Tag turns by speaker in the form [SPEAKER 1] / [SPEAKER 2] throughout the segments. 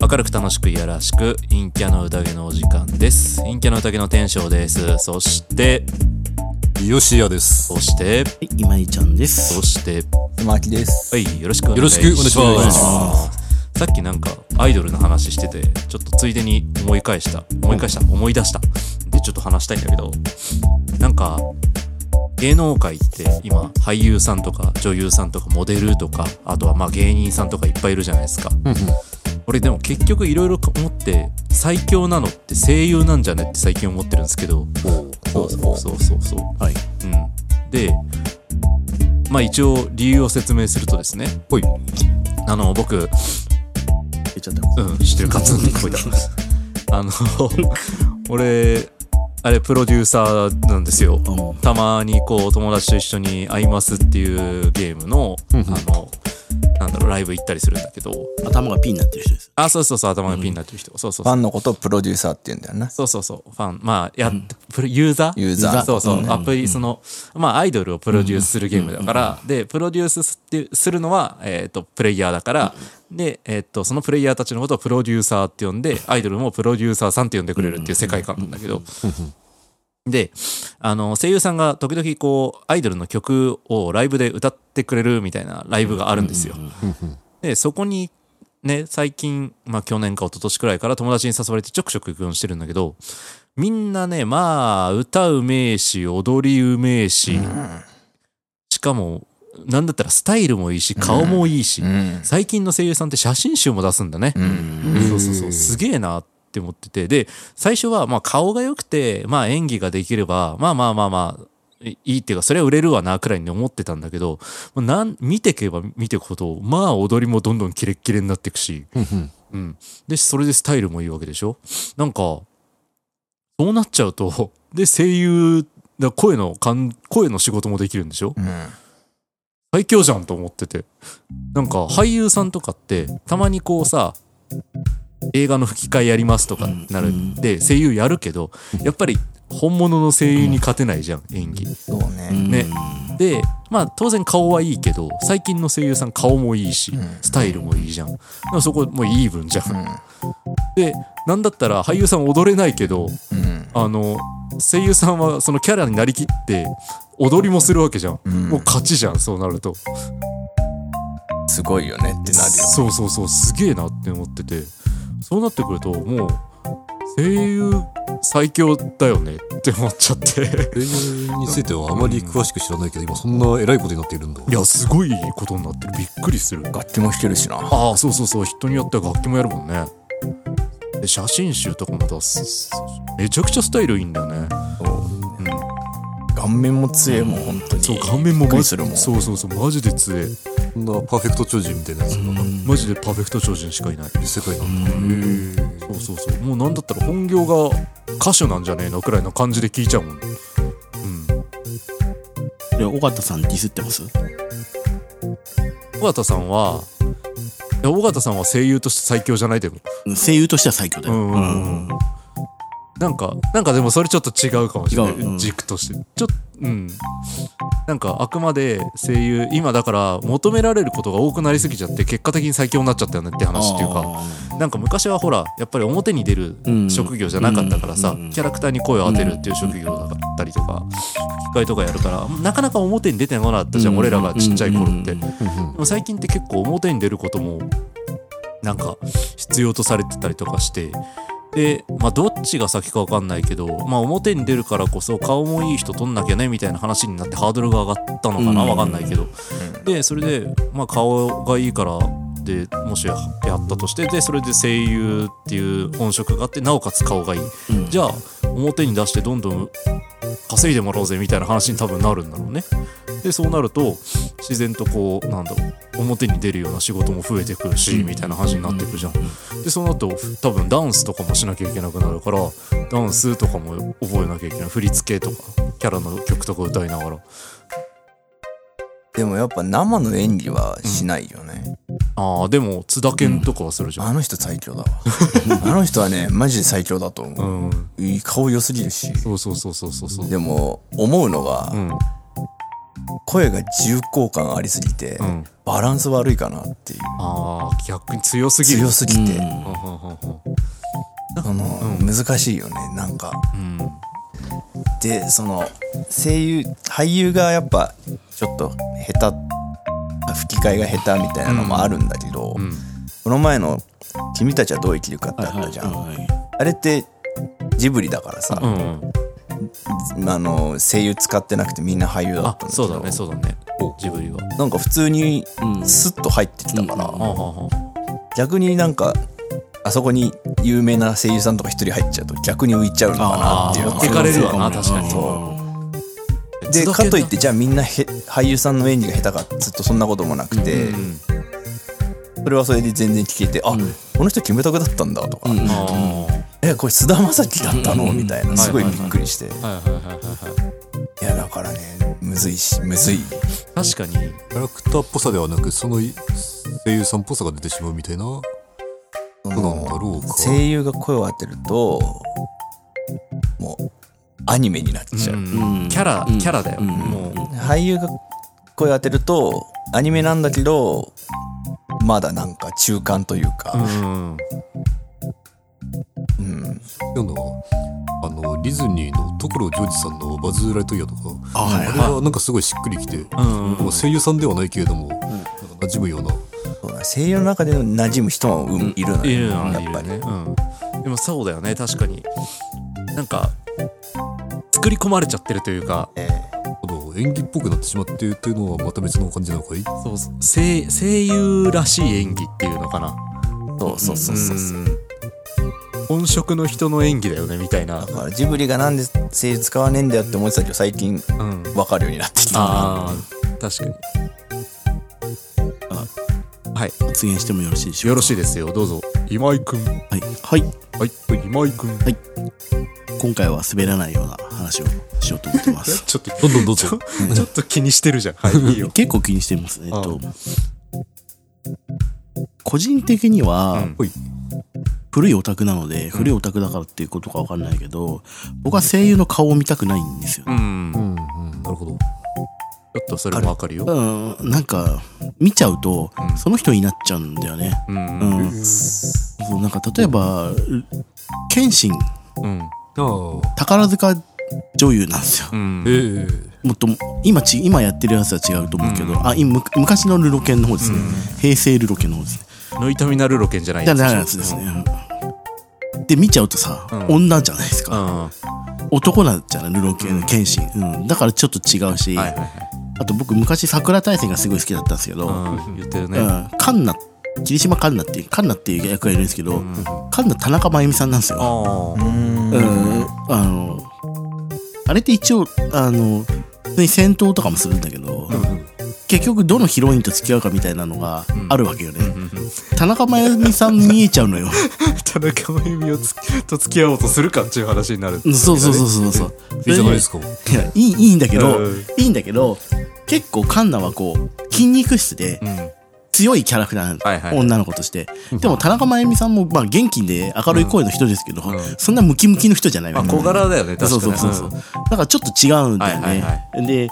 [SPEAKER 1] 明るく楽しくいやらしく陰キャの宴のお時間です陰キャの宴の天翔ですそして
[SPEAKER 2] よしやです。
[SPEAKER 1] そして
[SPEAKER 3] はい、今井ちゃんです
[SPEAKER 1] そ。して
[SPEAKER 4] マキです。
[SPEAKER 1] はいよろしくお願いします
[SPEAKER 2] よろしくお願いします
[SPEAKER 1] さっきなんかアイドルの話しててちょっとついでに思い返した思い返した思い出したでちょっと話したいんだけどなんか芸能界って今俳優さんとか女優さんとかモデルとかあとはまあ芸人さんとかいっぱいいるじゃないですか俺でも結局いろいろ思って最強なのって声優なんじゃねって最近思ってるんですけどそうそうそうそうそう
[SPEAKER 3] はい。
[SPEAKER 1] うんでまあ一応理由を説明するとですね
[SPEAKER 2] ほい。
[SPEAKER 1] あの僕
[SPEAKER 3] 言っちゃった。
[SPEAKER 1] うん知ってるカツンって声だあの 俺あれプロデューサーなんですよ
[SPEAKER 3] あも
[SPEAKER 1] たまにこう友達と一緒に「会います」っていうゲームのあのなんだろうライブ行ったりするんだけど
[SPEAKER 3] う頭がピンになってる人です。
[SPEAKER 1] あそうそうそう頭がピンになってる人、そうそうそ
[SPEAKER 4] フ
[SPEAKER 1] う
[SPEAKER 4] ァンのことをプロデューサーって言うんだよな。
[SPEAKER 1] そうそうそうファンまあやっ、プロユーザー
[SPEAKER 4] ユーザー
[SPEAKER 1] そうそう、
[SPEAKER 4] うん
[SPEAKER 1] アプリそのまあアイドルをプロデュースするゲームだから、でプロデュースすってするのはえっ、とプレイヤーだから、でえっ、とそのプレイヤーたちのことをプロデューサーって呼んでアイドルもプロデューサーさんって呼んでくれるっていう世界観なんだけど、であの声優さんが時々こうアイドルの曲をライブで歌ってくれるみたいなライブがあるんですよ。でそこにね最近、まあ、去年か一昨年くらいから友達に誘われてちょくちょく行くようにしてるんだけどみんなねまあ歌うめえし踊りうめえし、しかもなんだったらスタイルもいいし顔もいいし、
[SPEAKER 4] うん。
[SPEAKER 1] 最近の声優さんって写真集も出すんだね。そうそうそう。すげえなって思ってて。で、最初はまあ顔が良くて、まあ演技ができれば、まあまあまあまあ、いいいっていうか、それは売れるわな、くらいに思ってたんだけど、もうなん見てけば見てくほど、まあ踊りもどんどんキレッキレになっていくし、うん。で、それでスタイルもいいわけでしょなんか、そうなっちゃうと、 で、声優、だ声のかん、声の仕事もできるんでしょ最強じゃんと思っててなんか俳優さんとかってたまにこうさ映画の吹き替えやりますとかなるで声優やるけどやっぱり本物の声優に勝てないじゃん演技
[SPEAKER 4] そうね。
[SPEAKER 1] ねでまあ当然顔はいいけど最近の声優さん顔もいいしスタイルもいいじゃんだからそこもうイーブンじゃんでなんだったら俳優さん踊れないけど
[SPEAKER 4] うん。
[SPEAKER 1] あの声優さんはそのキャラになりきって踊りもするわけじゃん、もう勝ちじゃんそうなると
[SPEAKER 4] すごいよねってなるよ。
[SPEAKER 1] そうそうそうすげえなって思っててそうなってくるともう声優最強だよねって思っちゃって
[SPEAKER 2] 声優についてはあまり詳しく知らないけど、今そんな偉いことになっているんだ。
[SPEAKER 1] いやすごいことになってるびっくりする
[SPEAKER 4] 楽器も弾けるしな。
[SPEAKER 1] ああそうそうそう人によっては楽器もやるもんねで写真集とかも出すめちゃくちゃスタイルいいんだよね
[SPEAKER 4] 顔面も強えもん、本当に。
[SPEAKER 1] そう顔面も
[SPEAKER 4] びっく
[SPEAKER 1] マ
[SPEAKER 4] り
[SPEAKER 1] ジ
[SPEAKER 4] するもん。
[SPEAKER 1] そうそうそうマジで強え
[SPEAKER 2] そんなパーフェクト超人みたいなやつがい
[SPEAKER 1] マジでパーフェクト超人しかいない
[SPEAKER 2] る世界なんだ。
[SPEAKER 1] そうそうそうもうなんだったら本業が歌手なんじゃねえのくらいの感じで聞いちゃうもんうん
[SPEAKER 3] これ、尾形さんディスってます
[SPEAKER 1] 尾形さんはいや尾形さんは声優として最強じゃないでも
[SPEAKER 3] うん声優としては最強だよ。
[SPEAKER 1] うんうん
[SPEAKER 3] うん
[SPEAKER 1] なんかなんかでもそれちょっと違うかもしれない、
[SPEAKER 3] 違ううん
[SPEAKER 1] 軸としてちょっとうんなんかあくまで声優今だから求められることが多くなりすぎちゃって結果的に最強になっちゃったよねって話っていうか
[SPEAKER 3] あ
[SPEAKER 1] なんか昔はほらやっぱり表に出る
[SPEAKER 3] うん
[SPEAKER 1] 職業じゃなかったからさ、
[SPEAKER 3] うん
[SPEAKER 1] キャラクターに声を当てるっていう職業だったりとか機械とかやるからなかなか表に出てこなかったじゃん、
[SPEAKER 3] うん
[SPEAKER 1] 俺らがちっちゃい頃って。
[SPEAKER 3] うん
[SPEAKER 1] でも最近って結構表に出ることもなんか必要とされてたりとかしてで、まあ、どっちが先か分かんないけど、まあ、表に出るからこそ顔もいい人撮んなきゃねみたいな話になってハードルが上がったのかな
[SPEAKER 3] うん
[SPEAKER 1] 分かんないけどでそれで、まあ、顔がいいからでもしやったとしてでそれで声優っていう本職があってなおかつ顔がいい、
[SPEAKER 3] うん
[SPEAKER 1] じゃあ表に出してどんどん稼いでもらおうぜみたいな話に多分なるんだろうね。でそうなると自然とこうなんだろう表に出るような仕事も増えてくるし、
[SPEAKER 3] うん
[SPEAKER 1] みたいな話になってくじゃん。でそうなると多分ダンスとかもしなきゃいけなくなるからダンスとかも覚えなきゃいけない振り付けとかキャラの曲とか歌いながら
[SPEAKER 4] でもやっぱ生の演技はしないよね。
[SPEAKER 1] あーでも津田健とかはするじゃん。
[SPEAKER 4] あの人最強だ わ。あの人はね、マジで最強だと
[SPEAKER 1] う
[SPEAKER 4] 思う。
[SPEAKER 1] ん、
[SPEAKER 4] いい顔良すぎるし。
[SPEAKER 1] そうそうそうそうそうそう。
[SPEAKER 4] でも、思うのが
[SPEAKER 1] う、ん
[SPEAKER 4] 声が重厚感ありすぎて
[SPEAKER 1] う、ん
[SPEAKER 4] バランス悪いかなっていう
[SPEAKER 1] ああ、逆に強すぎる。
[SPEAKER 4] 強すぎて、
[SPEAKER 1] ほんほんほんほん
[SPEAKER 4] その、難しいよねなんか
[SPEAKER 1] うん。
[SPEAKER 4] でその声優俳優がやっぱちょっと下手吹き替えが下手みたいなのもあるんだけど、
[SPEAKER 1] ん
[SPEAKER 4] この前の「君たちはどう生きるか」ってあったじゃん、
[SPEAKER 3] は
[SPEAKER 4] あれってジブリだからさ、
[SPEAKER 1] うんうん。
[SPEAKER 4] あの声優使ってなくてみんな俳優だった
[SPEAKER 1] あ
[SPEAKER 4] んだ、けど
[SPEAKER 1] そうだね、そうだね。ジブリは。
[SPEAKER 4] なんか普通に
[SPEAKER 3] うん
[SPEAKER 4] スッと入ってきたから、
[SPEAKER 1] はあはあは
[SPEAKER 4] 逆になんかあそこに有名な声優さんとか一人入っちゃうと逆に浮いちゃうのかな
[SPEAKER 1] あ
[SPEAKER 4] っていうの
[SPEAKER 1] 持
[SPEAKER 4] が
[SPEAKER 1] ってかれるわな、確
[SPEAKER 3] そう
[SPEAKER 1] かに。
[SPEAKER 4] そ
[SPEAKER 1] うん
[SPEAKER 4] でかといっ、て
[SPEAKER 1] 津
[SPEAKER 4] じゃあみんなへ俳優さんの演技が下手かっつうとそんなこともなくて、
[SPEAKER 1] 田健うん
[SPEAKER 4] それはそれで全然聞けてあ、この人キムタクだったんだとか、
[SPEAKER 3] うん
[SPEAKER 1] あ
[SPEAKER 4] えこれ菅田将暉だったのみたいなすごいびっくりして、い
[SPEAKER 1] あ。はいはいはいはいはい。
[SPEAKER 4] やだからねむずいしむずい
[SPEAKER 1] 確かに。
[SPEAKER 2] キャラクターっぽさではなく、その声優さんっぽさが出てしまうみたいな。そうなんだろうか。
[SPEAKER 4] 声優が声を当てるともうアニメになっちゃう、
[SPEAKER 1] うんキャラ、キャラだよ。もう。
[SPEAKER 4] 俳優が声を当てるとアニメなんだけどまだなんか中間という
[SPEAKER 1] う
[SPEAKER 4] か、
[SPEAKER 1] ん。
[SPEAKER 4] うん
[SPEAKER 2] っていうのはあのディズニーの所ジョージさんの「バズ・ライトイヤー」とか
[SPEAKER 3] あはい
[SPEAKER 2] あれはなんかすごいしっくりきて、
[SPEAKER 1] ん
[SPEAKER 2] もう声優さんではないけれども、なんか馴染むような
[SPEAKER 4] そうだ声優の中での馴染む人もうんいるのよ
[SPEAKER 1] いるの
[SPEAKER 4] や
[SPEAKER 1] ね
[SPEAKER 4] っ
[SPEAKER 1] い
[SPEAKER 4] ぱ
[SPEAKER 1] る
[SPEAKER 4] り、
[SPEAKER 1] ね、うん、でもそうだよね確かになんか作り込まれちゃってるというか
[SPEAKER 4] え
[SPEAKER 2] あの演技っぽくなってしまっているというのはまた別の感じなのかい
[SPEAKER 1] そう声声優らしい演技っていうのかな
[SPEAKER 4] えそうそうそうそうそう
[SPEAKER 1] うん本職の人の演技だよねみたいな
[SPEAKER 4] だからジブリがなんで声優使わねえんだよって思ってたけど最近
[SPEAKER 1] うん
[SPEAKER 4] 分かるようになってきた
[SPEAKER 1] あー確かにはい
[SPEAKER 3] い発言してもよろしいでしょ
[SPEAKER 1] よ
[SPEAKER 3] う
[SPEAKER 1] ろしいですよどうぞ今井くんは
[SPEAKER 3] かはいはい
[SPEAKER 1] い今井くん
[SPEAKER 3] 今回は滑らないような話をしようと思ってます
[SPEAKER 1] ちょっと
[SPEAKER 2] どんどんどん
[SPEAKER 1] ちょ
[SPEAKER 2] どん
[SPEAKER 1] ちょっと気にしてるじゃん はいいいよ
[SPEAKER 3] 結構気にしてますえっ
[SPEAKER 1] う
[SPEAKER 3] と個人的には、
[SPEAKER 1] うん
[SPEAKER 2] ほい
[SPEAKER 3] 古いオタクなので、古いオタクだからっていうことかわかんないけど僕は声優の顔を見たくないんですよ、
[SPEAKER 1] うんち
[SPEAKER 2] う
[SPEAKER 1] ょ
[SPEAKER 2] んうんなるほど
[SPEAKER 1] っとそれもわかるよ
[SPEAKER 3] うん、なんか見ちゃうと、
[SPEAKER 1] うん
[SPEAKER 3] その人になっちゃうんだよね
[SPEAKER 1] うん
[SPEAKER 3] うん、そうなんか例えば謙信
[SPEAKER 1] うん
[SPEAKER 2] ああ
[SPEAKER 3] 宝塚女優なんですよ
[SPEAKER 1] うん
[SPEAKER 2] ええ
[SPEAKER 3] もっと今ち今やってるやつは違うと思うけど、あ今む昔のルロケンの方ですね、平成ルロケンの方ですね
[SPEAKER 1] ノイタミナルロケンじゃない
[SPEAKER 3] じゃ
[SPEAKER 1] や
[SPEAKER 3] あ
[SPEAKER 1] つ
[SPEAKER 3] じゃあやつですね、うんで見ちゃうとさ、
[SPEAKER 1] うん
[SPEAKER 3] 女じゃないです
[SPEAKER 1] うん。
[SPEAKER 3] か、
[SPEAKER 1] は
[SPEAKER 3] 男なんじゃないルロケン謙信、うん、だからちょっと違うし、
[SPEAKER 1] いはいはい。
[SPEAKER 3] あと僕昔桜大戦がすごい好きだったんですけど、うん
[SPEAKER 1] うん、言ってるね。
[SPEAKER 3] カンナ霧島カンナっていうカンナっていう役がいるんですけど、カンナ田中真由美さんなんですよ
[SPEAKER 1] ああ。
[SPEAKER 3] うんあのあれって一応あの普通に戦闘とかもするんだけど、結局どのヒロインと付き合うかみたいなのがあるわけよね、田中真由美さん見えちゃうのよ
[SPEAKER 1] 田中真由美をつと付き合おうとするかっていう話になる。
[SPEAKER 3] うん そうそうそうそう そう
[SPEAKER 2] いいじゃないですか
[SPEAKER 3] それでいやいいいいんだけど、
[SPEAKER 1] うん
[SPEAKER 3] いいんだけど結構カンナはこう筋肉質で
[SPEAKER 1] うん。はい
[SPEAKER 3] 強いキャラクターなの、
[SPEAKER 1] はいはい
[SPEAKER 3] 女の子としてでも田中真由美さんもまあ元気で明るい声の人ですけど、
[SPEAKER 1] ん
[SPEAKER 3] そんなムキムキの人じゃないわ
[SPEAKER 1] まあ
[SPEAKER 3] け
[SPEAKER 1] 小柄だよね、確かに。
[SPEAKER 3] そうそうそうそう、
[SPEAKER 1] ん。
[SPEAKER 3] だからちょっと違うんだよね、
[SPEAKER 1] はいはい
[SPEAKER 3] で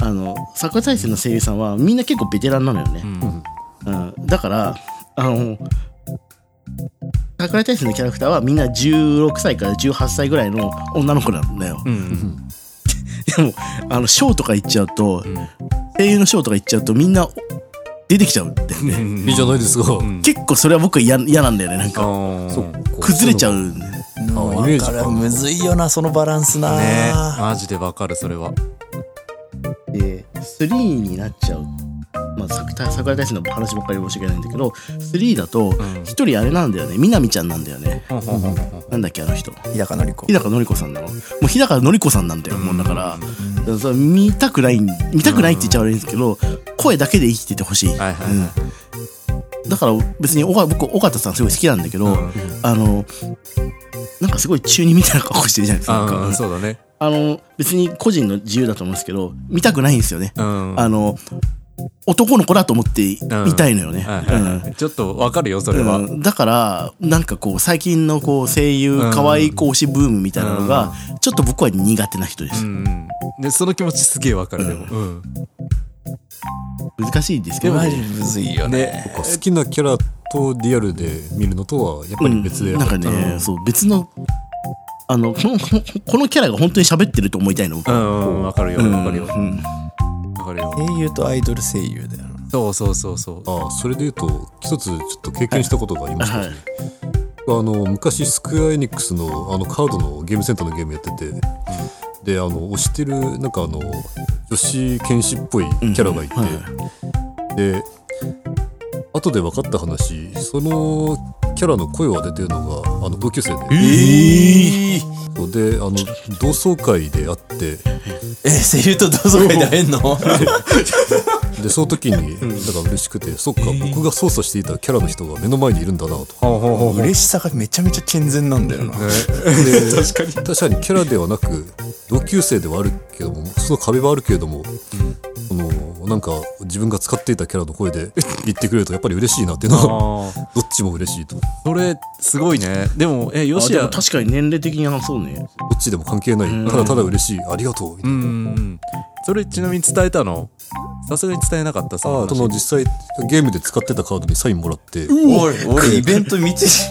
[SPEAKER 3] あの桜大戦の声優さんはみんな結構ベテランなのよね、うんだからあの桜大戦のキャラクターはみんな16歳から18歳ぐらいの女の子なんだよ、
[SPEAKER 1] うん。
[SPEAKER 3] でもあのショーとか行っちゃうと、
[SPEAKER 1] ん
[SPEAKER 3] 声優のショーとか行っちゃうとみんな出てきちゃうんだよね、
[SPEAKER 1] うん。
[SPEAKER 2] いいじゃないですか、
[SPEAKER 1] ん
[SPEAKER 3] 結構それは僕嫌嫌なんだよねなん
[SPEAKER 1] あ
[SPEAKER 3] か
[SPEAKER 1] ー
[SPEAKER 2] そっか
[SPEAKER 3] 崩れちゃうんだよね
[SPEAKER 4] も
[SPEAKER 2] あ
[SPEAKER 4] う
[SPEAKER 2] イメー
[SPEAKER 4] だか
[SPEAKER 2] ジ
[SPEAKER 4] らむずいよなそのバランスな、
[SPEAKER 1] ねマジでわかる、それは。
[SPEAKER 3] で3になっちゃう、まあ、桜桜大戦の話ばっかり申し訳ないんだけど3だと
[SPEAKER 1] ん
[SPEAKER 3] 一人あれなんだよねみなみちゃんなんだよね
[SPEAKER 1] ほんほんほんほん
[SPEAKER 3] なんだっけあの人
[SPEAKER 4] 日高のり子
[SPEAKER 3] 日高のり子さんなのもう日高のり子さんなんだよもうだからだからそれ見たくない見たくないって言っちゃ悪いんですけど声だけで生きててほしい、
[SPEAKER 1] はいはいは
[SPEAKER 3] うんだから別におが僕尾形さんすごい好きなんだけど、あのなんかすごい中二みたいな格好してるじゃないですかなんか
[SPEAKER 1] ああ、そうだね。
[SPEAKER 3] あの別に個人の自由だと思うんですけど見たくないんですよね
[SPEAKER 1] うん。
[SPEAKER 3] あの、男の子だと思って
[SPEAKER 1] うん
[SPEAKER 3] 見たいのよね。
[SPEAKER 1] はいはいはいちょっとわかるよ、それ
[SPEAKER 3] うん
[SPEAKER 1] は。
[SPEAKER 3] うんだから、なんかこう、最近のこう、声優、
[SPEAKER 1] うん
[SPEAKER 3] 可愛い子推しブームみたいなのが、ちょっと僕は苦手な人で
[SPEAKER 1] う
[SPEAKER 3] す。
[SPEAKER 1] ん。で、その気持ちすげえわかる、でも。うん。
[SPEAKER 3] 難しいんですけ
[SPEAKER 4] で
[SPEAKER 3] ど
[SPEAKER 4] マジ
[SPEAKER 3] ね
[SPEAKER 4] むずいよね
[SPEAKER 2] 好きなキャラとリアルで見るのとはやっぱり別で、
[SPEAKER 3] なんかね、そう別のあのこのこのこのキャラが本当に喋ってると思いたいの僕
[SPEAKER 1] う
[SPEAKER 3] は
[SPEAKER 1] んうん、わかるよ、わかるよ。わ
[SPEAKER 3] うん
[SPEAKER 1] かるよ。
[SPEAKER 4] 声優とアイドル声優だよな
[SPEAKER 1] そうそうそうそう。
[SPEAKER 2] ああそれで言うと一つちょっと経験したことがありまして、
[SPEAKER 3] はい
[SPEAKER 2] あの昔スクエア・エニックスのあのカードのゲームセンターのゲームやってて、であの推してるなんかあの女子剣士っぽいキャラがいて、
[SPEAKER 3] うんは
[SPEAKER 2] で後で分かった話そのキャラの声を当ててるのがあの同級生で、
[SPEAKER 4] ええ
[SPEAKER 2] そうであの同窓会で会って
[SPEAKER 4] え声優と同窓会で会えんの
[SPEAKER 2] でその時にだから嬉しくて、そっか僕が操作していたキャラの人が目の前にいるんだなと。
[SPEAKER 1] ほうほうほう
[SPEAKER 4] 嬉しさがめちゃめちゃ健全なんだよな
[SPEAKER 2] 確かに確かにキャラではなく同級生ではあるけどもその壁はあるけれども、そのなんか自分が使っていたキャラの声で言ってくれるとやっぱり嬉しいなっていうのは
[SPEAKER 1] ああ、
[SPEAKER 2] どっちも嬉しいとど
[SPEAKER 1] それ、すごいね。でも、え、よ
[SPEAKER 3] あ
[SPEAKER 1] し
[SPEAKER 3] で
[SPEAKER 1] や
[SPEAKER 3] も、確かに年齢的にあそうね
[SPEAKER 2] っちでも関係ないただただ嬉しいありがとうみた
[SPEAKER 1] う。
[SPEAKER 2] いなん
[SPEAKER 1] それ、ちなみに伝えたのさすがに伝えなかったさ。
[SPEAKER 2] あ
[SPEAKER 1] の
[SPEAKER 2] あその実際ゲームで使ってたカードにサインもらって
[SPEAKER 4] 俺俺イベント見てす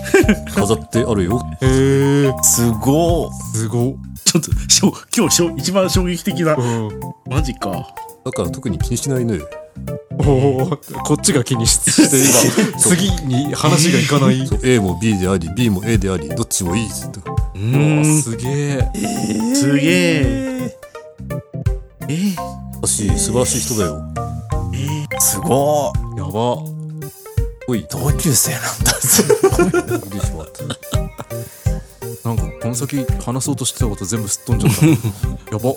[SPEAKER 2] 飾ってあるよ
[SPEAKER 4] ごー
[SPEAKER 1] すご。
[SPEAKER 3] ちょっとしょ今日しょ一番衝撃的な、マジか
[SPEAKER 2] だから特に気にしないのよ
[SPEAKER 1] おお、こっちが気に して、今、次に話がいか ない。
[SPEAKER 2] そう A も B であり B も A でありどっちもいいと
[SPEAKER 3] う
[SPEAKER 1] うわ
[SPEAKER 3] ーん
[SPEAKER 1] すげえ。
[SPEAKER 3] すげええー
[SPEAKER 2] 私素晴らしい人だよ
[SPEAKER 4] すごー
[SPEAKER 1] やば。
[SPEAKER 2] おい
[SPEAKER 4] 同級生なんだ
[SPEAKER 2] でしまった
[SPEAKER 1] なんか、この先話そうとしてたこと全部すっ飛んじゃった。 やば。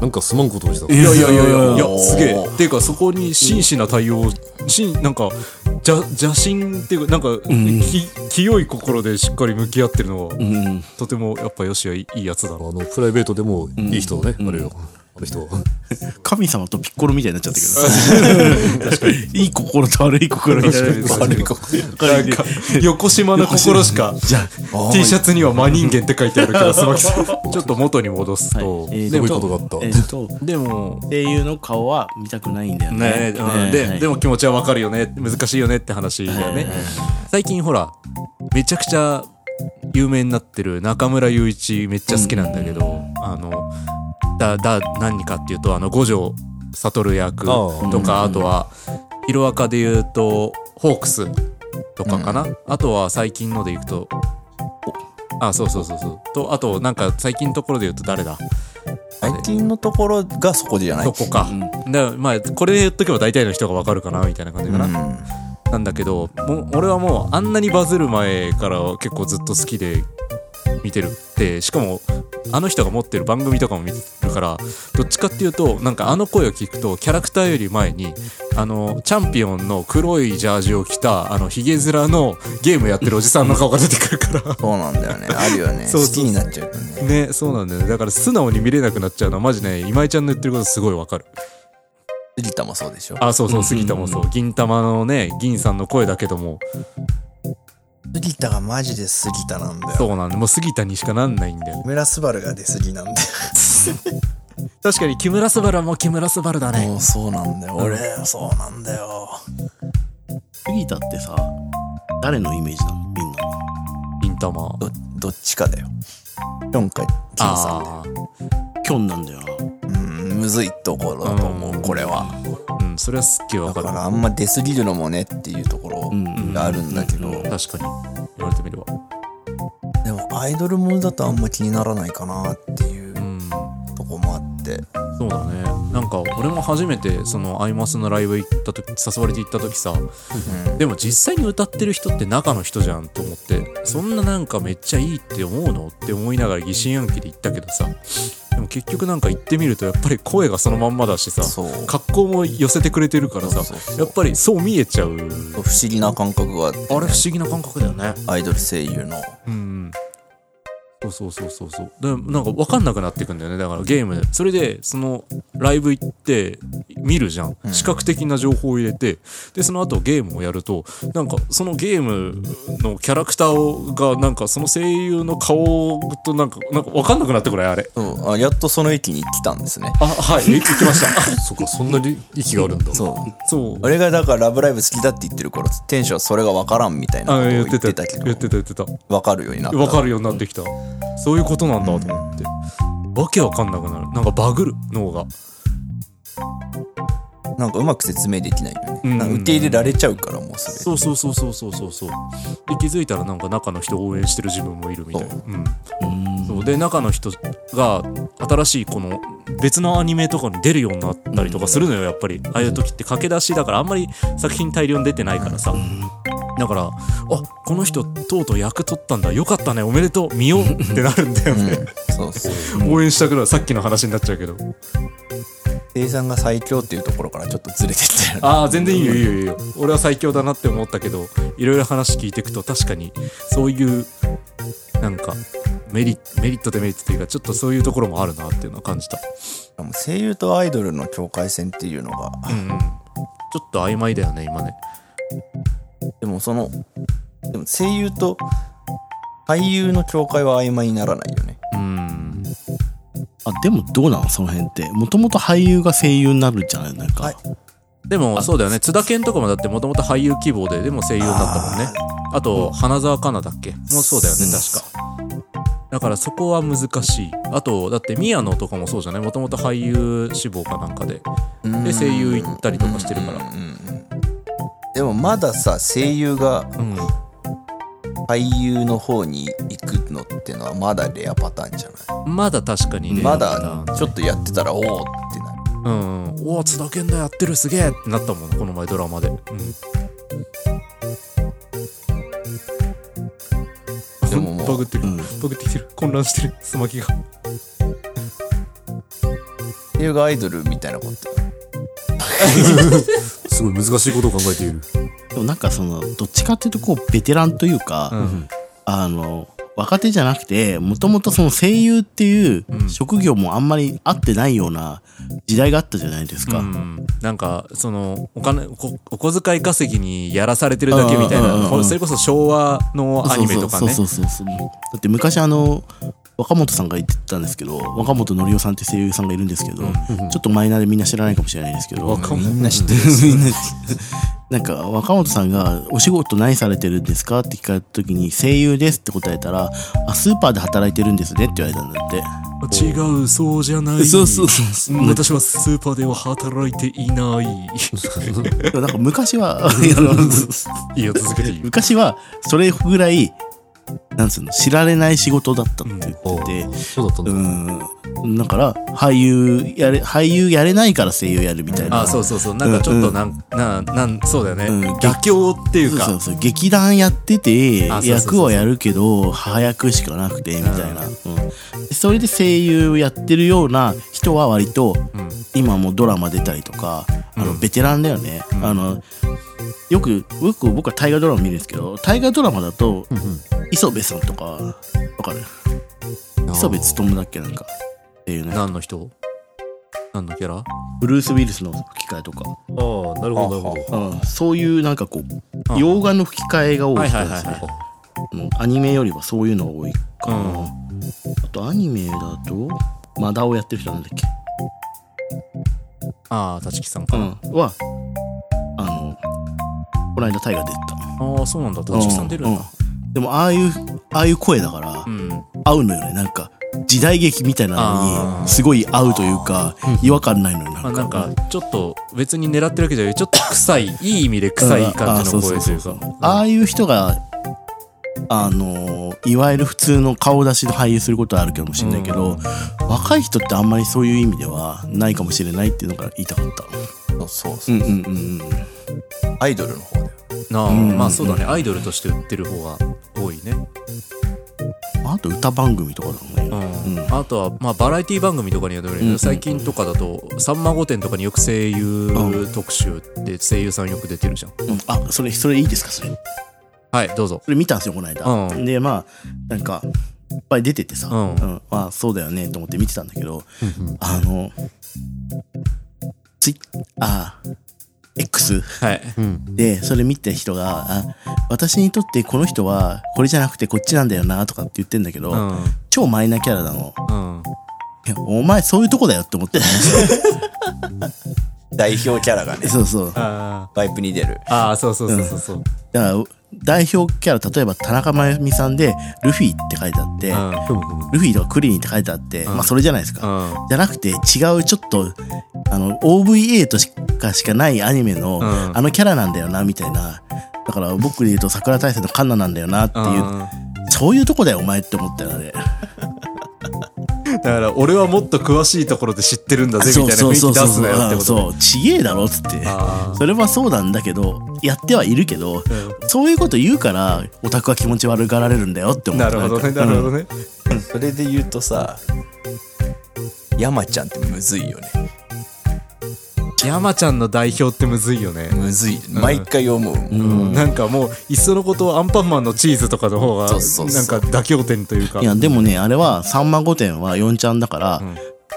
[SPEAKER 2] なんかすまんことをした
[SPEAKER 1] いやいやいやいやい
[SPEAKER 4] お
[SPEAKER 1] や、
[SPEAKER 4] ー
[SPEAKER 1] すげえ。っていうか、そこに真摯な対応、真、なんか、じゃ、邪心っていうか、なんか、
[SPEAKER 3] ん
[SPEAKER 1] き、清い心でしっかり向き合ってるのは、
[SPEAKER 3] うん
[SPEAKER 1] とても、やっぱ、よしはいいいいやつだな。
[SPEAKER 2] あのプライベートでもいい人だね、あれよあの人は
[SPEAKER 3] 神様とピッコロみたいになっちゃった けどいい心と悪い心みたい
[SPEAKER 1] 確
[SPEAKER 3] な
[SPEAKER 1] かに
[SPEAKER 3] 悪い心 悪い
[SPEAKER 1] なんか
[SPEAKER 3] 心、
[SPEAKER 1] 横島の心し か、
[SPEAKER 3] じゃあ
[SPEAKER 1] T シャツには真人間って書いてある から、すまきさん。ちょっと元に戻すと、
[SPEAKER 3] はいえー
[SPEAKER 1] で
[SPEAKER 2] どういうこ
[SPEAKER 1] も、
[SPEAKER 2] とがあった、
[SPEAKER 3] えっと
[SPEAKER 1] でも、
[SPEAKER 3] 声優の顔は見たくないんだよね
[SPEAKER 1] ねうんで、
[SPEAKER 3] はい
[SPEAKER 1] でも気持ちはわかるよね難しいよねって話だよね、
[SPEAKER 3] はい
[SPEAKER 1] 最近ほらめちゃくちゃ有名になってる中村雄一めっちゃ好きなんだけど、あのだだ何かっていうとあの五条悟役とかあとはヒロアカで言うとホークスとかかな、あとは最近のでいくとおあそうそうそうそうとあとなんか最近のところで言うと誰だ
[SPEAKER 4] 最近のところがそこじゃない
[SPEAKER 1] そこか、だからまあこれで言っとけば大体の人がわかるかなみたいな感じかな、
[SPEAKER 4] うん
[SPEAKER 1] なんだけどもう俺はもうあんなにバズる前から結構ずっと好きで見てるってしかもあの人が持ってる番組とかも見てるからどっちかっていうとなんかあの声を聞くとキャラクターより前にあのチャンピオンの黒いジャージを着たあのヒゲ面のゲームやってるおじさんの顔が出てくるから。
[SPEAKER 4] そうなんだよねあるよね
[SPEAKER 1] そうそう
[SPEAKER 4] 好きになっちゃうよね
[SPEAKER 1] ね、そうなんだよねだから素直に見れなくなっちゃうのはマジね今井ちゃんの言ってることすごいわかる
[SPEAKER 4] 杉田もそうでしょ
[SPEAKER 1] あそうそう杉田もそう銀玉のね銀さんの声だけども
[SPEAKER 4] 杉田がマジで杉田なんだよ
[SPEAKER 1] そうなんでもう杉田にしかなんないんだよね
[SPEAKER 4] 木村昴が出過ぎなんだ
[SPEAKER 1] 確かに木村昴も木村昴だ
[SPEAKER 4] よ
[SPEAKER 1] ね
[SPEAKER 4] もうそうなんだよ俺そうなんだよ
[SPEAKER 3] 杉田ってさ誰のイメージなのみんな
[SPEAKER 1] 銀玉
[SPEAKER 4] どどっちかだよ4回金さん
[SPEAKER 1] あ
[SPEAKER 3] キョンなんだよな
[SPEAKER 4] うんむずいところだと思
[SPEAKER 1] うん
[SPEAKER 4] うこれは
[SPEAKER 1] あうんそれはすっげえわ
[SPEAKER 4] だ
[SPEAKER 1] か
[SPEAKER 4] か
[SPEAKER 1] る
[SPEAKER 4] らあんま出過ぎるのもねっていうところ
[SPEAKER 3] ん
[SPEAKER 4] があるんだけどで
[SPEAKER 1] 確かに言われてみれば
[SPEAKER 4] もアイドルものだとあんま気にならないかなっていう
[SPEAKER 1] うん
[SPEAKER 4] とこもあって
[SPEAKER 1] そうだねなんか俺も初めてそのアイマスのライブ行った時誘われて行った時さ、でも実際に歌ってる人って中の人じゃんと思ってそんななんかめっちゃいいって思うのって思いながら疑心暗鬼で行ったけどさでも結局なんか行ってみるとやっぱり声がそのまんまだしさ
[SPEAKER 4] そう
[SPEAKER 1] 格好も寄せてくれてるからさ
[SPEAKER 4] そうそうそ
[SPEAKER 1] や
[SPEAKER 4] う
[SPEAKER 1] っぱりそう見えちゃう
[SPEAKER 4] 不思議な感覚があって
[SPEAKER 1] あれ不思議な感覚だよね
[SPEAKER 4] アイドル声優の
[SPEAKER 1] うんそうそうそうそうそうそうでなんか分かんなくなってくんだよねだからゲームでそれでそのライブ行って見るじゃん視覚的な情報を入れてでその後ゲームをやるとなんかそのゲームのキャラクターをがなんかその声優の顔となんかなんか分かんなくなってくらいあれ
[SPEAKER 4] そうあやっとその駅に来たんですね
[SPEAKER 1] あ はい行きました
[SPEAKER 2] そっかそんなに息があるんだ
[SPEAKER 4] そう
[SPEAKER 1] そう
[SPEAKER 4] 俺がだから「ラブライブ!」好きだって言ってるから店主はそれが分からんみたいなこ
[SPEAKER 1] あ
[SPEAKER 4] とを
[SPEAKER 1] 言
[SPEAKER 4] 言
[SPEAKER 1] っ
[SPEAKER 4] ってて
[SPEAKER 1] た
[SPEAKER 4] たけ
[SPEAKER 1] 言ってた
[SPEAKER 4] ど
[SPEAKER 1] 言ってた
[SPEAKER 4] 分かるようになった
[SPEAKER 1] 分かるようになってきたそういうことなんだと思って、わけわかんなくなるなんかバグる脳が
[SPEAKER 4] なんかうまく説明できないよね、
[SPEAKER 1] うん
[SPEAKER 4] なんか受け入れられちゃうからもうそれ
[SPEAKER 1] そうそうそうそうそうそうそうで気づいたらなんか中の人を応援してる自分もいるみたいな
[SPEAKER 4] そう
[SPEAKER 1] うんそうで中の人が新しいこの別のアニメとかに出るようになったりとかするのよやっぱりああいう時って駆け出しだからあんまり作品大量に出てないからさだからあこの人とうとう役取ったんだよかったねおめでとう見ようってなるん だよね
[SPEAKER 4] そうそう
[SPEAKER 1] 応援したくなるさっきの話になっちゃうけど
[SPEAKER 4] 生産が最強っていうところからちょっとずれてったよね
[SPEAKER 1] ああ全然いいよいいよいいよ俺は最強だなって思ったけどいろいろ話聞いていくと確かにそういうなんかメリメリットデメリットというかちょっとそういうところもあるなっていうのは感じた
[SPEAKER 4] もう声優とアイドルの境界線っていうのが
[SPEAKER 1] うんうんちょっと曖昧だよね今ね
[SPEAKER 4] でもそのでも声優と俳優の境界は曖昧にならないよね
[SPEAKER 1] うん
[SPEAKER 3] あでもどうなのその辺ってもともと俳優が声優になるんじゃないなんか、
[SPEAKER 4] はい
[SPEAKER 1] でもそうだよね津田健とかもだってもともと俳優希望ででも声優になったもんねあと花澤香菜だっけもうそうだよね
[SPEAKER 4] うん
[SPEAKER 1] 確かだからそこは難しいあとだって宮野とかもそうじゃないもともと俳優志望かなんかでで声優行ったりとかしてるから
[SPEAKER 4] でもまださ声優が
[SPEAKER 1] うん
[SPEAKER 4] 俳優の方に行くのってのはまだレアパターンじゃない
[SPEAKER 1] まだ確かにね。
[SPEAKER 4] ま
[SPEAKER 1] な
[SPEAKER 4] だ
[SPEAKER 1] んか
[SPEAKER 4] ちょっとやってたらおおってなる
[SPEAKER 1] うんうん。おお、津田健だやってるすげえってなったもん、この前ドラマで。うん。
[SPEAKER 4] でももう
[SPEAKER 1] バグってる
[SPEAKER 3] うん。
[SPEAKER 1] バグってきてる。混乱してる。すまきが。
[SPEAKER 4] 声優がアイドルみたいなこと
[SPEAKER 2] すごい難しいことを考えている
[SPEAKER 3] でもなんかそのどっちかっていうとこうベテランというか、
[SPEAKER 1] うん
[SPEAKER 3] あの若手じゃなくてもともとその声優っていう職業もあんまり合ってないような時代があったじゃないですか、
[SPEAKER 1] うん、なんかそのお金こお小遣い稼ぎにやらされてるだけみたい
[SPEAKER 3] うんうんうん
[SPEAKER 1] な
[SPEAKER 3] うん
[SPEAKER 1] これそれこそ昭和のアニメとかね
[SPEAKER 3] そうそうそうそうそうだって昔あの若本さんが言ってたんですけど若本のりおさんって声優さんがいるんですけど、ちょっとマイナーでみんな知らないかもしれないですけど
[SPEAKER 1] 若者
[SPEAKER 4] みんな知ってる
[SPEAKER 3] みんななんか若本さんが「お仕事何されてるんですか?」って聞かれた時に「声優です」って答えたら「あスーパーで働いてるんですね」って言われたんだって
[SPEAKER 1] 違うそうじゃない
[SPEAKER 3] そうそうそうそ
[SPEAKER 1] ん私はスーパーでは働いていない
[SPEAKER 3] でもなんか昔はあの
[SPEAKER 1] いいよ続けていいよ
[SPEAKER 3] 昔はそれぐらいなんつうの知られない仕事だったって言ってて、
[SPEAKER 2] そうだったんだ、
[SPEAKER 3] うん、だから俳優やれ俳優やれないから声優やるみたいな
[SPEAKER 1] あそうそうそうなんかちょっとなん、ななんそうだよね、
[SPEAKER 3] うん
[SPEAKER 1] 妥協っていうか
[SPEAKER 3] そうそう劇団やってて
[SPEAKER 1] あそうそうそうそう
[SPEAKER 3] 役はやるけど早くしかなくてみたいな、うんでそれで声優やってるような人は割と、
[SPEAKER 1] ん
[SPEAKER 3] 今もうドラマ出たりとかあのベテランだよね、あのよくよく僕は大河ドラマ見るんですけど大河ドラマだと、磯部さんとかわかる磯部勤だっけなんかっていうね
[SPEAKER 1] 何の人何のキャラ
[SPEAKER 3] ブルース・ウィルスの吹き替えとか、
[SPEAKER 2] ああなるほどなるほど
[SPEAKER 3] うんそういうなんかこ
[SPEAKER 1] あ
[SPEAKER 3] う洋画の吹き替えが多い人です
[SPEAKER 1] はいはいはい
[SPEAKER 3] ねうんアニメよりはそういうのが多いかな、
[SPEAKER 1] うん
[SPEAKER 3] あとアニメだとマダをやってる人なんだっけ、
[SPEAKER 1] ああ立木さんかな、
[SPEAKER 3] うんはあのこの間タイが出てた
[SPEAKER 1] ああそうなんだ立木さん出るんだ
[SPEAKER 3] うんでもああいうああいう声だから、
[SPEAKER 1] うん、
[SPEAKER 3] 合うのよねなんか時代劇みたいなの
[SPEAKER 1] あー
[SPEAKER 3] にすごい合うというか違和感ないのよな
[SPEAKER 1] ま
[SPEAKER 3] んか,、
[SPEAKER 1] あ、なんかちょっと別に狙ってるわけじゃないちょっと臭いいい意味で臭い感じの声というか
[SPEAKER 3] ああいう人が、あのーいわゆる普通の顔出しで俳優することはあるかもしれないけど、若い人ってあんまりそういう意味ではないかもしれないっていうのが言いたかった。
[SPEAKER 4] そうそうそううん
[SPEAKER 3] うんうんうん。
[SPEAKER 4] アイドルの方だよ
[SPEAKER 1] なあ、
[SPEAKER 3] ん
[SPEAKER 1] まあそうだねアイドルとして売ってる方が多いね、
[SPEAKER 3] あと歌番組とかだもん
[SPEAKER 1] う
[SPEAKER 3] ね。
[SPEAKER 1] んあとは、まあ、バラエティ番組とかには出るけど、最近とかだと「さんま御殿」とかによく声優特集って声優さんよく出てるじゃん
[SPEAKER 3] うんあそれそれいいですかそれ。
[SPEAKER 1] はいどうぞ
[SPEAKER 3] それ見たんですよこの間。
[SPEAKER 1] うん
[SPEAKER 3] でまあなんかっぱい出ててさ、
[SPEAKER 1] うん
[SPEAKER 3] うんまあそうだよねと思って見てたんだけど、あの、ツイッ、あ、X
[SPEAKER 1] はい。
[SPEAKER 3] で、それ見た人が、あ、私にとってこの人はこれじゃなくてこっちなんだよなとかって言ってんだけど、
[SPEAKER 1] うん。
[SPEAKER 3] 超マイナーキャラなの。
[SPEAKER 1] うん。
[SPEAKER 3] いやお前そういうとこだよって思って。
[SPEAKER 4] 代表キャラがね
[SPEAKER 3] そうそう。
[SPEAKER 1] あ
[SPEAKER 4] パイプに出る
[SPEAKER 1] ーあー、そうそうそうそうそう。
[SPEAKER 3] だから、代表キャラ、例えば田中真由美さんで、ルフィって書いてあって、
[SPEAKER 1] うん。
[SPEAKER 3] ルフィとかクリリンって書いてあって、まあそれじゃないですか。
[SPEAKER 1] うん。
[SPEAKER 3] じゃなくて、違うちょっと、あの、OVA としかしかないアニメの、
[SPEAKER 1] ん
[SPEAKER 3] あのキャラなんだよな、みたいな。だから僕で言うと桜大戦のカンナなんだよなっていう、そういうとこだよお前って思ったよね。
[SPEAKER 1] だから、俺はもっと詳しいところで知ってるんだぜ、みたいな雰囲気出すなよって
[SPEAKER 3] うん
[SPEAKER 1] こ
[SPEAKER 3] そ
[SPEAKER 1] と
[SPEAKER 3] う、ちげえだろっつって
[SPEAKER 1] あー。
[SPEAKER 3] それはそうなんだけど、やってはいるけど、そういうこと言うから、オタクは気持ち悪がられるんだよって思
[SPEAKER 1] な
[SPEAKER 3] った。
[SPEAKER 1] るほどね、
[SPEAKER 3] ん
[SPEAKER 1] な
[SPEAKER 3] か
[SPEAKER 1] るほどね。
[SPEAKER 4] それで言うとさ山ちゃんってむずいよね
[SPEAKER 1] 山ちゃんの代表ってむずいよね。
[SPEAKER 4] むずい毎回読む、
[SPEAKER 1] なんかもう、いっそのことアンパンマンのチーズとかの方が、なん
[SPEAKER 4] そうそうそう
[SPEAKER 1] か妥協点というか。
[SPEAKER 3] いや、でもね、あれは、さんま御殿は4ちゃんだから、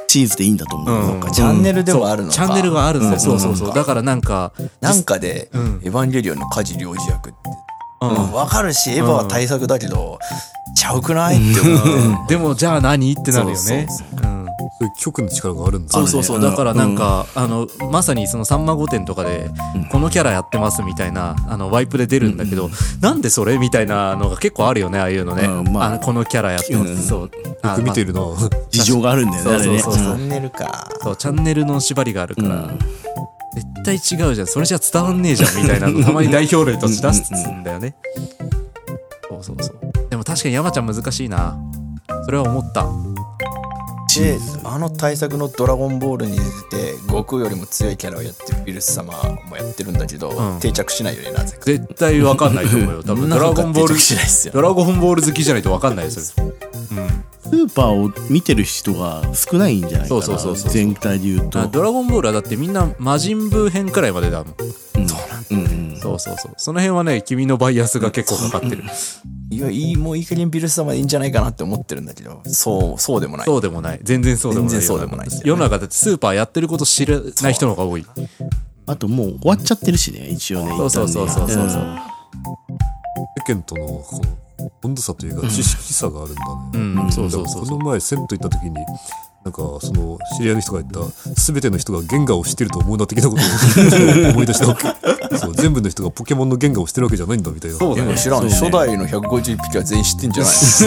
[SPEAKER 3] チーズでいいんだと思う。
[SPEAKER 1] うん
[SPEAKER 3] うん
[SPEAKER 4] チャンネルでもあるのか
[SPEAKER 1] チャンネルがあるんだよ。そうそう
[SPEAKER 4] う
[SPEAKER 1] そ
[SPEAKER 4] ん
[SPEAKER 1] う。だからなんか、
[SPEAKER 4] なんかで「
[SPEAKER 1] ん
[SPEAKER 4] エヴァンゲリオン」の梶良二役って、
[SPEAKER 1] う
[SPEAKER 4] うんん、わかるしエヴァは対策だけど、ちゃうくないって思う、
[SPEAKER 1] でもじゃあ何ってなるよね。
[SPEAKER 4] そう
[SPEAKER 1] うん
[SPEAKER 2] そういう局の力があるんだ
[SPEAKER 1] そうそうそう、
[SPEAKER 3] あるね
[SPEAKER 1] だからなんか、あのまさにその「さんま御殿」とかで、このキャラやってますみたいなあのワイプで出るんだけど、なんでそれみたいなのが結構あるよねああいうのね、
[SPEAKER 3] うんまあ
[SPEAKER 1] あのこのキャラやってます、そうあ
[SPEAKER 2] よく見てるな。
[SPEAKER 3] 事情があるんだよね、あれね。
[SPEAKER 1] そうそう
[SPEAKER 4] チ
[SPEAKER 1] そう
[SPEAKER 4] ャンネルか
[SPEAKER 1] まあそうチャンネルの縛りがあるから、
[SPEAKER 3] うん
[SPEAKER 1] 絶対違うじゃんそれじゃ伝わんねえじゃんみたいな のたまに代表例として出すんだよねそうそうそうでも確かに山ちゃん難しいなそれは思った
[SPEAKER 4] であの対策の「ドラゴンボール」に出て悟空よりも強いキャラをやってるウィルス様もやってるんだけど、
[SPEAKER 1] うん
[SPEAKER 4] 定着しないよねなぜか
[SPEAKER 1] 絶対わかんないと思うよ多 分ドラゴンボール
[SPEAKER 4] 定着しないっすよ
[SPEAKER 1] ドラゴンボール好きじゃないとわかんないです よ
[SPEAKER 3] スーパーを見てる人が少ないんじゃないか
[SPEAKER 1] そ
[SPEAKER 3] な。
[SPEAKER 1] うそうそうそう
[SPEAKER 3] 全体で言うと。
[SPEAKER 1] あドラゴンボールはだってみんな魔人ブー編くらいまでだもん
[SPEAKER 3] うんうん。
[SPEAKER 1] そうそうそうその辺はね君のバイアスが結構かかってる
[SPEAKER 4] いやいいもういい加減ウィルス様でいいんじゃないかなって思ってるんだけどそうそうでもない
[SPEAKER 1] そうでもない全然そうでもない
[SPEAKER 4] 全然そうでもないですよね
[SPEAKER 1] 世の中だってスーパーやってること知らない人の方が多い
[SPEAKER 3] あともう終わっちゃってるしね、一応ね。
[SPEAKER 1] そうそうそうそう
[SPEAKER 3] 一旦ね
[SPEAKER 1] そうそう
[SPEAKER 2] 世間とのこの温度差というか知識差があるんだね。
[SPEAKER 1] うん、そうそうそう
[SPEAKER 2] こ
[SPEAKER 1] そう
[SPEAKER 2] の前銭湯行った時になんかその知り合いの人が言った全ての人がゲンガーをしてると思うな的なことを思い出したわ けそう全部の人がポケモンのゲンガーをしてるわけじゃないんだみたいな
[SPEAKER 1] そうだ
[SPEAKER 4] でも
[SPEAKER 1] ね
[SPEAKER 4] 知らん、初代の151匹は全員知ってんじゃないさ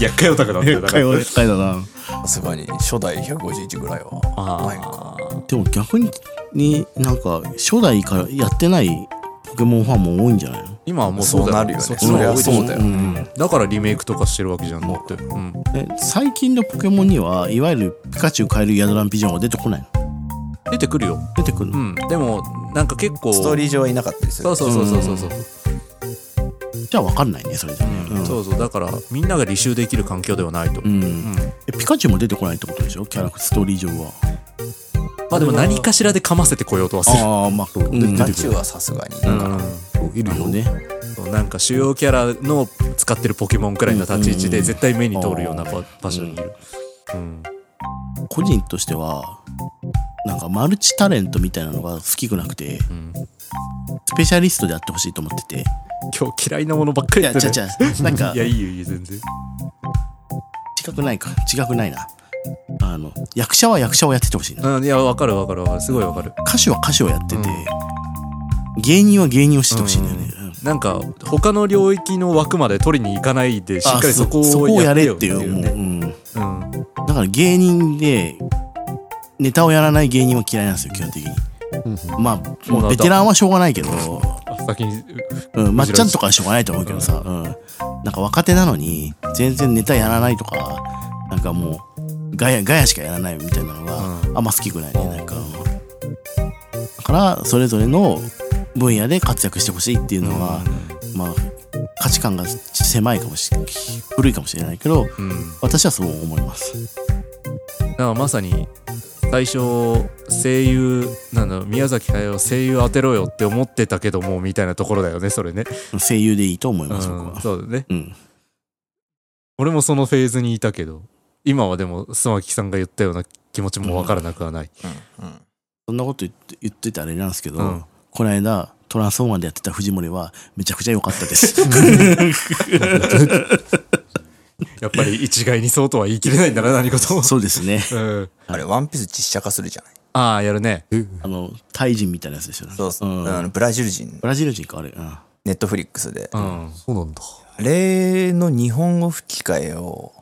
[SPEAKER 1] 厄 介オタクだってだか
[SPEAKER 3] 会
[SPEAKER 1] ら
[SPEAKER 3] 話でっかいだな。
[SPEAKER 4] すがに初代151ぐらいはないか
[SPEAKER 3] でも逆に、になんか、初代からやってないポケモンファンも多いんじゃないの
[SPEAKER 1] 今はもう
[SPEAKER 4] そ
[SPEAKER 1] そうだ
[SPEAKER 4] うな
[SPEAKER 1] よ
[SPEAKER 4] るよね
[SPEAKER 1] そ
[SPEAKER 4] そ
[SPEAKER 1] っちの方
[SPEAKER 4] り
[SPEAKER 1] が
[SPEAKER 4] ゃ
[SPEAKER 1] 多い
[SPEAKER 4] そうだよ、
[SPEAKER 1] だからリメイクとかしてるわけじゃんだって、うん、
[SPEAKER 3] え最近のポケモンには、いわゆるピカチュウ、カエル、ヤドランピジョンは出てこないの
[SPEAKER 1] 出てくるよ
[SPEAKER 3] 出てくる
[SPEAKER 1] う
[SPEAKER 3] の、
[SPEAKER 1] んでもなんか結構
[SPEAKER 4] ストーリー上はいなかったりす
[SPEAKER 1] そ
[SPEAKER 4] る
[SPEAKER 1] うそうそうそうそうそう
[SPEAKER 3] じゃあ分かんないね、それじゃね。うん
[SPEAKER 1] そうそうだからみんなが履修できる環境ではないと、
[SPEAKER 3] うんえピカチュウも出てこないってことでしょキャラクターストーリー上は。
[SPEAKER 1] まあでも何かしらでかませてこようとはする
[SPEAKER 3] ああ、まあ、う
[SPEAKER 4] ピ
[SPEAKER 3] ん、
[SPEAKER 4] カチュウはさすがにいるから、
[SPEAKER 2] いるよ
[SPEAKER 3] ね。
[SPEAKER 1] そうなんか主要キャラの使ってるポケモンくらいの立ち位置で絶対目に通るようなば場所にいる、うん、
[SPEAKER 3] 個人としては、なんかマルチタレントみたいなのが好きくなくて、スペシャリストであってほしいと思ってて。
[SPEAKER 1] 今日嫌いなものばっかり
[SPEAKER 3] い
[SPEAKER 1] 言
[SPEAKER 3] や、
[SPEAKER 1] って
[SPEAKER 3] 違
[SPEAKER 1] る
[SPEAKER 3] う違う。なんか
[SPEAKER 1] い、やいいよいいよ全然
[SPEAKER 3] 違くないか。違くないな。あの、役者は役者をやっててほしいな。
[SPEAKER 1] うんいやわかるわかるわかるすごいわかる
[SPEAKER 3] 歌手は歌手をやってて、芸人は芸人をしててほしいんだよね。うん
[SPEAKER 1] なんか他の領域の枠まで取りに行かないでしっかりそこ
[SPEAKER 3] そ
[SPEAKER 1] を
[SPEAKER 3] こを
[SPEAKER 1] や
[SPEAKER 3] や
[SPEAKER 1] って
[SPEAKER 3] れ
[SPEAKER 1] よ
[SPEAKER 3] っていう、もう、
[SPEAKER 1] ね
[SPEAKER 3] うん。
[SPEAKER 1] うん
[SPEAKER 3] だから芸人で、ネタをやらない芸人は嫌いなんですよ、基本的に。まあ、もうベテランはしょうがないけど、
[SPEAKER 1] あ先に
[SPEAKER 3] うん、まっちゃんとかはしょうがないと思うけどさ、うん。なんか若手なのに、全然ネタやらないとか、なんかもう、ガヤ、ガヤしかやらないみたいなのが、あんま好きくないね、なんか。うんだから、それぞれの分野で活躍してほしいっていうのは、まあ、価値観が狭いかもしれない、古いかもしれないけど、
[SPEAKER 1] うん
[SPEAKER 3] 私はそう思います。
[SPEAKER 1] だからまさに最初声優なんだろう宮崎駿を声優当てろよって思ってたけどもみたいなところだよねそれね
[SPEAKER 3] 声優でいいと思います、僕
[SPEAKER 1] うん
[SPEAKER 3] は。
[SPEAKER 1] そうだね
[SPEAKER 3] うん。
[SPEAKER 1] 俺もそのフェーズにいたけど、今はでも、須磨木さんが言ったような気持ちもわからなくはない。
[SPEAKER 3] そんなこと言って言ってたらあれなんですけど、
[SPEAKER 1] うん
[SPEAKER 3] この間、トランスフォーマーでやってた藤森は、めちゃくちゃ良かったです。
[SPEAKER 1] やっぱり一概にそうとは言い切れないんだな、何事も。
[SPEAKER 3] そうですね。
[SPEAKER 1] うん。
[SPEAKER 4] あれ、ワンピース実写化するじゃない
[SPEAKER 1] ああ、やるね。
[SPEAKER 3] あの、タイ人みたいなやつですよね。
[SPEAKER 4] そうそう。
[SPEAKER 3] ん
[SPEAKER 4] あのブラジル人、
[SPEAKER 3] ブラジル人か、あれ。うん
[SPEAKER 4] ネットフリックスで。
[SPEAKER 1] う
[SPEAKER 4] あ
[SPEAKER 1] ん。
[SPEAKER 2] そうなんだ。
[SPEAKER 4] れの日本語吹き替えを、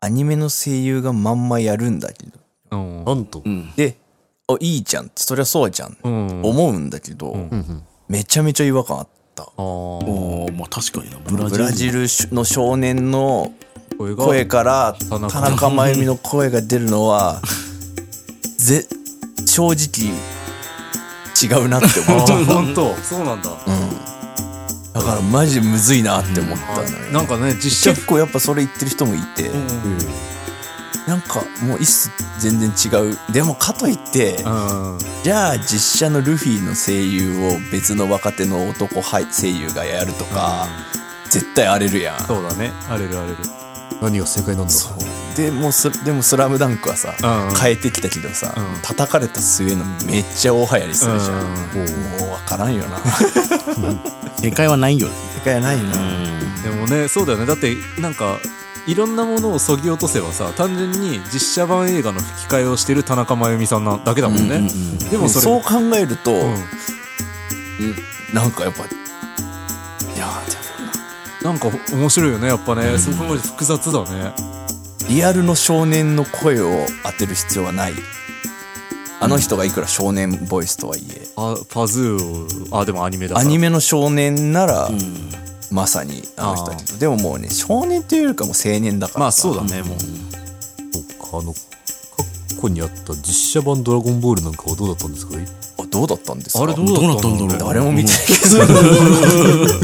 [SPEAKER 4] アニメの声優がまんまやるんだけど。
[SPEAKER 1] うん。
[SPEAKER 2] なんと。うん。
[SPEAKER 4] で、あ、いいじゃんって、そりゃそうじゃん。
[SPEAKER 1] うん。
[SPEAKER 4] 思うんだけど、
[SPEAKER 2] うん。
[SPEAKER 4] めちゃめちゃ違和感あった。
[SPEAKER 1] あー
[SPEAKER 3] おーまあ確かにな。ブラジ
[SPEAKER 4] ブ
[SPEAKER 3] ル
[SPEAKER 4] ラ
[SPEAKER 3] 人。
[SPEAKER 4] ジルの少年の
[SPEAKER 1] 声が。
[SPEAKER 4] 声から
[SPEAKER 1] 田
[SPEAKER 4] 田
[SPEAKER 1] 中
[SPEAKER 4] 中真由美の声が出るのはぜ正直違うなって
[SPEAKER 1] あ
[SPEAKER 4] 思った、
[SPEAKER 1] ー本当そうなんだ。
[SPEAKER 4] うんだからマジむずいなって思ったのよ
[SPEAKER 1] なんかね、実 写。
[SPEAKER 4] 結構やっぱそれ言ってる人もいて、
[SPEAKER 1] うん。
[SPEAKER 4] なんかもう一切全然違うでもかといって、
[SPEAKER 1] うん。
[SPEAKER 4] じゃあ実写のルフィの声優を別の若手の男俳声優がやるとか、絶対荒れるやん
[SPEAKER 1] そうだね。あれるあれる。
[SPEAKER 2] 何が正解なんだ
[SPEAKER 4] そうでもうすでも「スラムダンクはさ、
[SPEAKER 1] うんうん
[SPEAKER 4] 変えてきたけどさ、
[SPEAKER 1] うん
[SPEAKER 4] 叩かれた末のめっちゃ大流行りするじゃん、
[SPEAKER 1] うん
[SPEAKER 4] もう分からんよ な
[SPEAKER 3] 正解はないよ。
[SPEAKER 4] 世界ないよな、
[SPEAKER 1] でもね、そうだよね。だって、なんか、いろんなものをそぎ落とせばさ、単純に実写版映画の吹き替えをしてる田中真由美さんなだけだもんね。
[SPEAKER 3] うんうん
[SPEAKER 1] でもそれ、
[SPEAKER 4] そう考えると、
[SPEAKER 1] うん
[SPEAKER 4] なんかやっぱいやでも
[SPEAKER 1] なんか面白いよね、やっぱね。そこまで複雑だね。
[SPEAKER 4] なリアルの少年の声を当てる必要はないあの人がいくら少年ボイスとはいえ、
[SPEAKER 1] あパズーを、あ、でもアニメだか
[SPEAKER 4] ア
[SPEAKER 1] ら。
[SPEAKER 4] ニメの少年なら、まさにあの人だけどでももうね少年というよりかもう青年だから
[SPEAKER 1] まあそうだね、もう。
[SPEAKER 2] そうか、あの、過去にあった実写版ドラゴンボールなんかはどうだったんですか
[SPEAKER 4] あどうだったんですか
[SPEAKER 1] あれどうだったんだろう
[SPEAKER 4] 誰も見てないけど